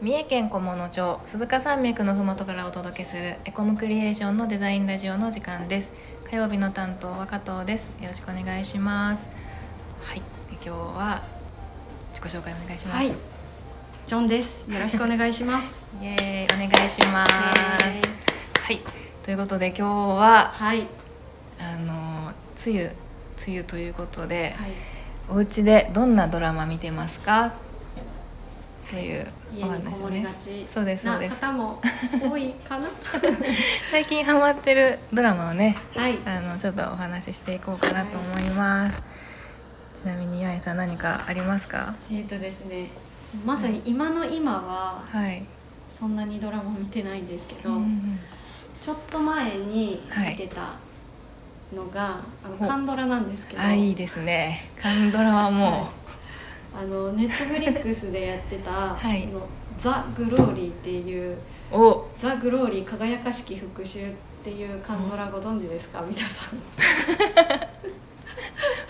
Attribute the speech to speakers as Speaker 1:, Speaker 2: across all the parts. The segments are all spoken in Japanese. Speaker 1: 三重県小物町鈴鹿山脈のふもとからお届けするエコムクリエーションのデザインラジオの時間です火曜日の担当は加藤ですよろしくお願いしますはいで今日は自己紹介お願いします、
Speaker 2: はい、ジョンです。よろしくお願い します。
Speaker 1: イエーイお願いします
Speaker 2: イエーイ
Speaker 1: はいということで今日は
Speaker 2: はい、
Speaker 1: あの梅雨梅雨ということで、
Speaker 2: はい、
Speaker 1: お家でどんなドラマ見てますかというお
Speaker 2: 家にこ
Speaker 1: 話
Speaker 2: も
Speaker 1: を
Speaker 2: り
Speaker 1: ね
Speaker 2: がち
Speaker 1: そうですそう
Speaker 2: な
Speaker 1: です
Speaker 2: 方も多い かな。
Speaker 1: 最近ハマってるドラマをね
Speaker 2: はい、
Speaker 1: あのちょっとお話ししていこうかなと思います、ちなみに八重さん何かありますか
Speaker 2: えっ、とですね、まさに今の今は
Speaker 1: はい、
Speaker 2: そんなにドラマ見てないんですけ
Speaker 1: う
Speaker 2: ど、
Speaker 1: んうん
Speaker 2: ちょっと前に見てたのが、あの
Speaker 1: ほう
Speaker 2: カンドラなんですけ
Speaker 1: うん、
Speaker 2: ど、
Speaker 1: あいいですね韓ドラはも
Speaker 2: あのネットフリックスでやってた、
Speaker 1: はい
Speaker 2: そのザグローリーっていう
Speaker 1: う、お
Speaker 2: ザグローリー輝かしき復讐っていうカンドラご存知ですか、皆さん。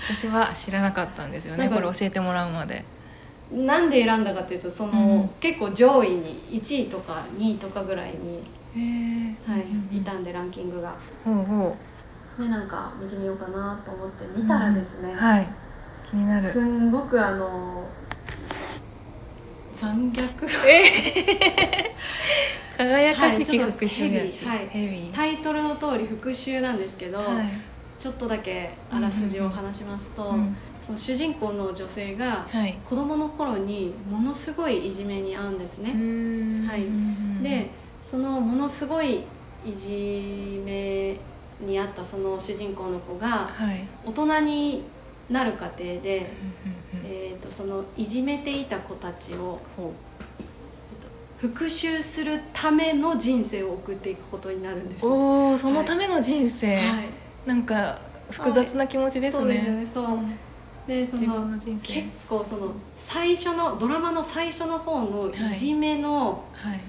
Speaker 1: 私は知らなかったんですよね
Speaker 2: なん
Speaker 1: こ
Speaker 2: か
Speaker 1: れ教えてもらうまで
Speaker 2: なんで選んだかっていうとその、
Speaker 1: うん
Speaker 2: 結構上位に1位とか2位とかぐらいに、
Speaker 1: へえ
Speaker 2: はい
Speaker 1: うん
Speaker 2: いたんでランキングが
Speaker 1: ほうほ
Speaker 2: でなんか見てみようかなと思って見たらですね
Speaker 1: う、はい気になる
Speaker 2: すんごくあの残 虐
Speaker 1: 輝かしき
Speaker 2: はい
Speaker 1: 復讐やし、
Speaker 2: ちょっとヘビーはい
Speaker 1: ヘビー
Speaker 2: タイトルの通り復讐なんですけど、
Speaker 1: はい
Speaker 2: ちょっとだけあらすじを話しますと、
Speaker 1: うん
Speaker 2: その主人公の女性が
Speaker 1: はい
Speaker 2: 子供の頃にものすごいいじめに遭うんですね。はいう
Speaker 1: ーん
Speaker 2: でそのものすごいいじめにあったその主人公の子が
Speaker 1: はい、
Speaker 2: 大人になる過程で、
Speaker 1: うんうんうん
Speaker 2: えー、とそのいじめていた子たちを
Speaker 1: ほ
Speaker 2: 復讐するための人生を送っていくことになるんです
Speaker 1: う
Speaker 2: よ。
Speaker 1: おおそのための人生、
Speaker 2: はい
Speaker 1: なんか複雑な気持ちです
Speaker 2: そうですよ
Speaker 1: ね。
Speaker 2: ねそうでそ
Speaker 1: 自分
Speaker 2: の
Speaker 1: の人生
Speaker 2: 結構その最初のドラマの最初の方のいじめの
Speaker 1: はい。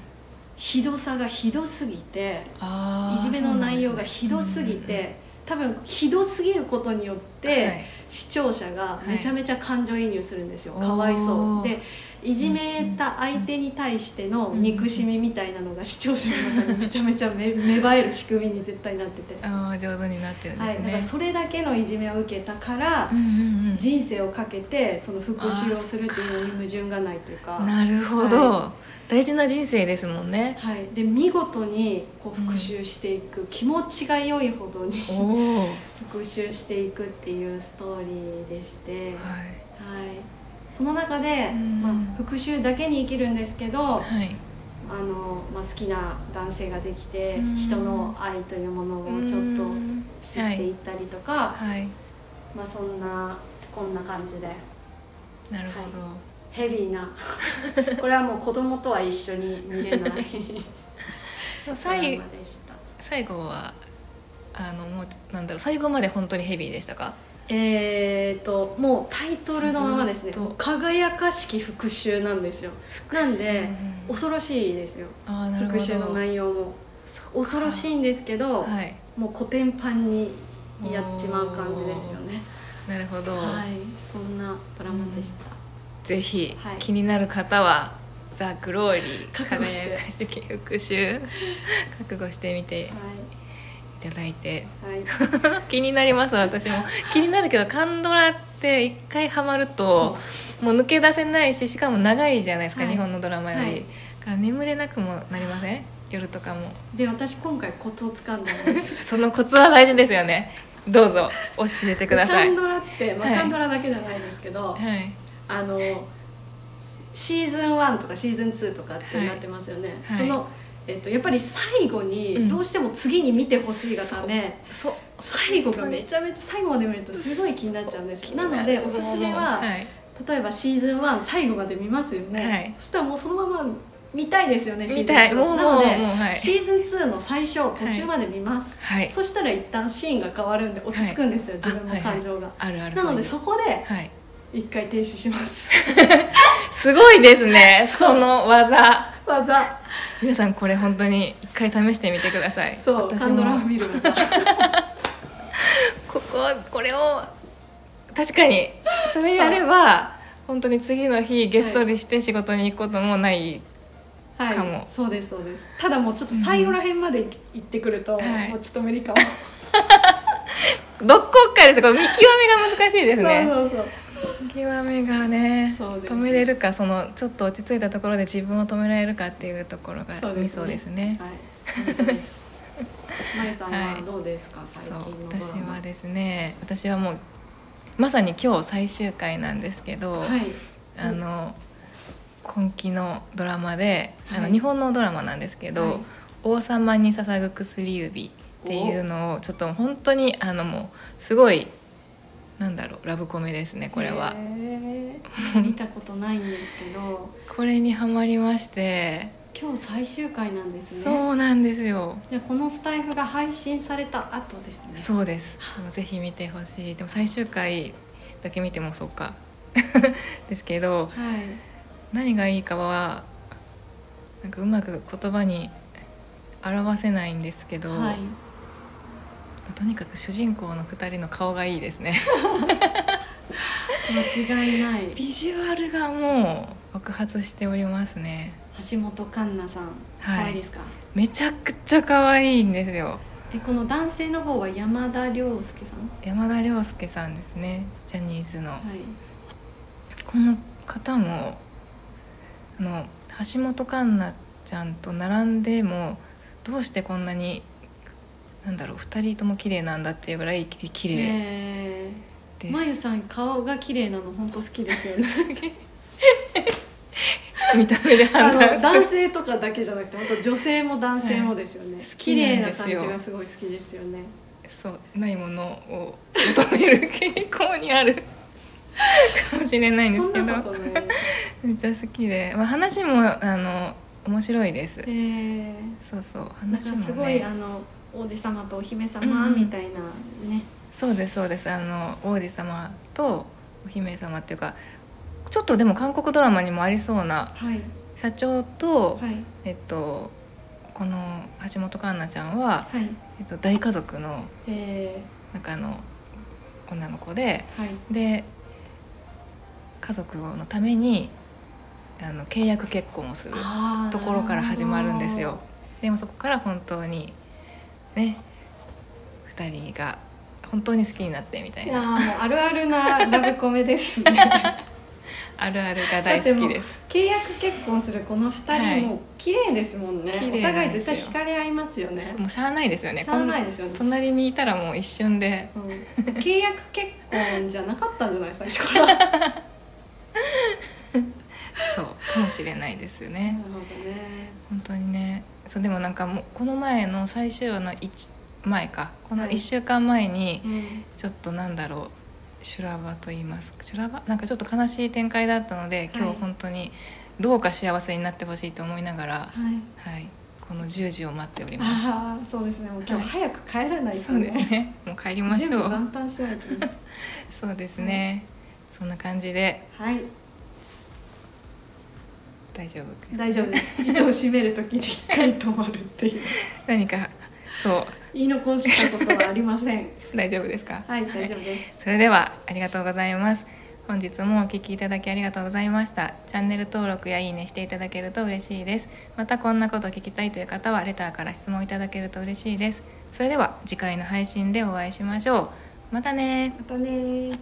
Speaker 2: ひどさがひどすぎて、
Speaker 1: あー
Speaker 2: いじめの内容がひどすぎて、多分ひどすぎることによっ
Speaker 1: そうなんで
Speaker 2: て、
Speaker 1: すね
Speaker 2: 視聴者がめちゃめちゃ感情移入するんですよ、
Speaker 1: はい
Speaker 2: かわいそ
Speaker 1: おー
Speaker 2: うでいじめた相手に対しての憎しみみたいなのが視聴者の中にめちゃめちゃめ 芽生える仕組みに絶対なってて、
Speaker 1: うんあー上手になってるんです
Speaker 2: はい、だ
Speaker 1: ね。
Speaker 2: からそれだけのいじめを受けたから、
Speaker 1: うんうんうん
Speaker 2: 人生をかけてその復讐をするっていうのに矛盾がないというか。
Speaker 1: なるほど、
Speaker 2: は
Speaker 1: 大事な人生ですもんね。
Speaker 2: はい、で見事にこう復讐していく、気持ちが良いほどに
Speaker 1: おお。はい。
Speaker 2: 復讐していくっていうストーリーでして、はい、その中で、
Speaker 1: うん
Speaker 2: まあ、復讐だけに生きるんですけど、
Speaker 1: はい。
Speaker 2: あのまあ、好きな男性ができて、
Speaker 1: うん
Speaker 2: 人の愛というものをちょっと
Speaker 1: うん
Speaker 2: 知っていったりとか、
Speaker 1: はい。
Speaker 2: まあ、そんなこんな感じで
Speaker 1: なるほど。
Speaker 2: ヘビーな これはもう子供とは一緒に見れない
Speaker 1: でも
Speaker 2: ドラマ
Speaker 1: 最
Speaker 2: でした。
Speaker 1: 最後はあのもうなんだろう最後まで本当にヘビーでしたか。
Speaker 2: えー、ともうタイトルのままですね
Speaker 1: ずっと
Speaker 2: 「輝かしき復讐」なんですよなん
Speaker 1: う
Speaker 2: で
Speaker 1: ん
Speaker 2: 恐ろしいですよ
Speaker 1: あーなるほ
Speaker 2: 復
Speaker 1: ど。
Speaker 2: 讐の内容も
Speaker 1: そっか
Speaker 2: 恐ろしいんですけど、
Speaker 1: はい。
Speaker 2: もうコテンパンにやっちまう感じですよね
Speaker 1: なるほど。
Speaker 2: はいそんなドラマでした、
Speaker 1: ぜひ、
Speaker 2: はい
Speaker 1: 気になる方は「ザ・グローリー
Speaker 2: 覚悟して
Speaker 1: 輝かしき復讐」覚悟してみていただいて
Speaker 2: はい はい
Speaker 1: 気になります私も気になるけどカンドラって一回ハマるともう抜け出せないししかも長いじゃないですか、
Speaker 2: はい
Speaker 1: 日本のドラマより、
Speaker 2: はい
Speaker 1: だから眠れなくもなりません夜とかも
Speaker 2: そうで私今回コツをつかんだんです
Speaker 1: そのコツは大事ですよねどうぞ教え てくださ
Speaker 2: カ
Speaker 1: い
Speaker 2: ンドラって、まあ
Speaker 1: はい
Speaker 2: カンドラだけじゃないですけど、
Speaker 1: はい
Speaker 2: あのシーズン1とかシーズン2とかってなってますよね、
Speaker 1: はい
Speaker 2: その、えっと、やっぱり最後
Speaker 1: うん
Speaker 2: にどうしても次に見てほしいがため、
Speaker 1: そう
Speaker 2: 最後がめちゃめちゃ最後まで見るとすごい気になっちゃうんですよなのでおすすめは、
Speaker 1: はい、
Speaker 2: 例えばシーズン1最後まで見ますよね、
Speaker 1: はい
Speaker 2: そしたらもうそのまま見たいですよねシー
Speaker 1: 見
Speaker 2: ズン
Speaker 1: たい
Speaker 2: 2
Speaker 1: もう
Speaker 2: な
Speaker 1: も
Speaker 2: の
Speaker 1: うもう
Speaker 2: で、
Speaker 1: はい
Speaker 2: シーズン2の最初途中まで見ます、
Speaker 1: はい
Speaker 2: そしたら一旦シーンが変わるんで落ち着くんですよ、
Speaker 1: はい
Speaker 2: 自分の感情が、
Speaker 1: あるある
Speaker 2: なので
Speaker 1: そう
Speaker 2: そこ
Speaker 1: い
Speaker 2: で
Speaker 1: うはい
Speaker 2: 一回停止します
Speaker 1: すごいですねその技
Speaker 2: 技
Speaker 1: 皆さんこれ本当に一回試してみてください
Speaker 2: そう
Speaker 1: 私
Speaker 2: カンドラを
Speaker 1: も
Speaker 2: 見る技
Speaker 1: こここれを確かにそれやれば本当に次の日げっそりして仕事に行くこともない
Speaker 2: はい、
Speaker 1: かも
Speaker 2: そうですそうですただもうちょっと最後ら辺までいき行ってくると、
Speaker 1: はい
Speaker 2: もうちょっと無理かも、
Speaker 1: どこかですこれ見極めが難しいです ね
Speaker 2: そうそうそう
Speaker 1: 見極めがね
Speaker 2: そうです
Speaker 1: 止めれるかそのちょっと落ち着いたところで自分を止められるかっていうところが
Speaker 2: そうですね
Speaker 1: ミソですね
Speaker 2: はいそうですまゆさん
Speaker 1: は
Speaker 2: はいどうですか、最
Speaker 1: そう
Speaker 2: 近のドラ
Speaker 1: 私
Speaker 2: マ
Speaker 1: はですね私はもうまさに今日最終回なんですけど、
Speaker 2: はい
Speaker 1: あの今期のドラマで、あ
Speaker 2: は
Speaker 1: の
Speaker 2: い
Speaker 1: 日本のドラマなんですけど「
Speaker 2: はい
Speaker 1: 王様に捧ぐ薬指」っていうのをちょっと本当にあのもうすごいなんだろうラブコメですねこれは。
Speaker 2: へー見たことないんですけど
Speaker 1: これにハマりまして、
Speaker 2: 今日最終回なんですね
Speaker 1: そうなんですよ。
Speaker 2: じゃあこのスタイフが配信された後ですね
Speaker 1: そうです。もうぜひ見てほしい。でも最終回だけ見てもそうか ですけど、
Speaker 2: はい
Speaker 1: 何がいいかはなんかうまく言葉に表せないんですけど、
Speaker 2: はい
Speaker 1: とにかく主人公の2人の顔がいいですね
Speaker 2: 間違いない
Speaker 1: ビジュアルがもう爆発しておりますね
Speaker 2: 橋本環奈さん可
Speaker 1: はい
Speaker 2: 愛いですか、
Speaker 1: めちゃくちゃ可愛いんですよ
Speaker 2: えこの男性の方は山田涼介さん
Speaker 1: 山田涼介さんですねジャニーズの
Speaker 2: はい
Speaker 1: この方もあの橋本環奈ちゃんと並んでもどうしてこんなになんだろう2人とも綺麗なんだっていうぐらいき綺麗
Speaker 2: え
Speaker 1: で
Speaker 2: ー、
Speaker 1: す、
Speaker 2: まゆさん顔が綺麗なの本当好きですよね
Speaker 1: 見た目で
Speaker 2: あ
Speaker 1: 判
Speaker 2: の
Speaker 1: 断
Speaker 2: 男性とかだけじゃなくて本当女性も男性もですよね、綺麗な感じ
Speaker 1: 好きなん
Speaker 2: が
Speaker 1: です
Speaker 2: ごい好きですよね
Speaker 1: そうないものを求める傾向にあ るかもしれないんで
Speaker 2: そ
Speaker 1: す
Speaker 2: ん
Speaker 1: けど
Speaker 2: なことない
Speaker 1: めっちゃ好きで、まあ、話もあの面白いです
Speaker 2: えー、
Speaker 1: そうそう
Speaker 2: なん
Speaker 1: 話
Speaker 2: か
Speaker 1: もね
Speaker 2: すごい、あの王子様とお姫
Speaker 1: うん
Speaker 2: 様
Speaker 1: うん
Speaker 2: みたいなね、
Speaker 1: そうですそうですあの王子様とお姫様っていうかちょっとでも韓国ドラマにもありそうな
Speaker 2: はい
Speaker 1: 社長と、
Speaker 2: はい
Speaker 1: えっとこの橋本環奈ちゃんは、
Speaker 2: はい
Speaker 1: えっと、大家族の
Speaker 2: え
Speaker 1: 中の女の子で
Speaker 2: ー、はい
Speaker 1: で家族のためにあの契約結婚をする
Speaker 2: あー
Speaker 1: ところから始まるんですよでもそこから本当にね2人が本当に好きになってみた
Speaker 2: ないるほどいや
Speaker 1: な
Speaker 2: ーもうあるあるなラブコメですね
Speaker 1: あるあるが大好きです
Speaker 2: 契約結婚するこの二
Speaker 1: はい
Speaker 2: 人も綺麗ですもんね、
Speaker 1: 綺麗なんですよ
Speaker 2: お互い絶対惹かれ合いますよね
Speaker 1: そうもうしゃあないですよね
Speaker 2: しゃあな
Speaker 1: こ
Speaker 2: いですよ
Speaker 1: ん
Speaker 2: ね
Speaker 1: 隣にいたらもう一瞬で
Speaker 2: うん契約結婚じゃなかったんじゃない最初 からなる
Speaker 1: そうかもしれないですよね
Speaker 2: ほどね
Speaker 1: 本当にねそうでもなんかもうこの前の最終話の一前かこの
Speaker 2: はい
Speaker 1: 1週間前に、
Speaker 2: うん
Speaker 1: ちょっとなんだろう修羅場と言いますか修羅場なんかちょっと悲しい展開だったので今
Speaker 2: はい
Speaker 1: 日本当にどうか幸せになってほしいと思いながら、は
Speaker 2: はい
Speaker 1: いこの10時を待っております。
Speaker 2: ああそうですねもう今日早く帰らないと
Speaker 1: そうですね もう帰りまし
Speaker 2: 全部
Speaker 1: ょう
Speaker 2: 元旦しないとね
Speaker 1: そうですね、そんな感じで
Speaker 2: はい
Speaker 1: 大丈夫
Speaker 2: 大丈夫ですいつも閉める時に一回止まるっ ていう
Speaker 1: 何かそう
Speaker 2: 言い残したことはありません
Speaker 1: 大丈夫ですか
Speaker 2: はい大丈夫です
Speaker 1: それではありがとうございます本日もお聞きいただきありがとうございましたチャンネル登録やいいねしていただけると嬉しいですまたこんなこと聞きたいという方はレターから質問いただけると嬉しいですそれでは次回の配信でお会いしましょうまたね
Speaker 2: またねー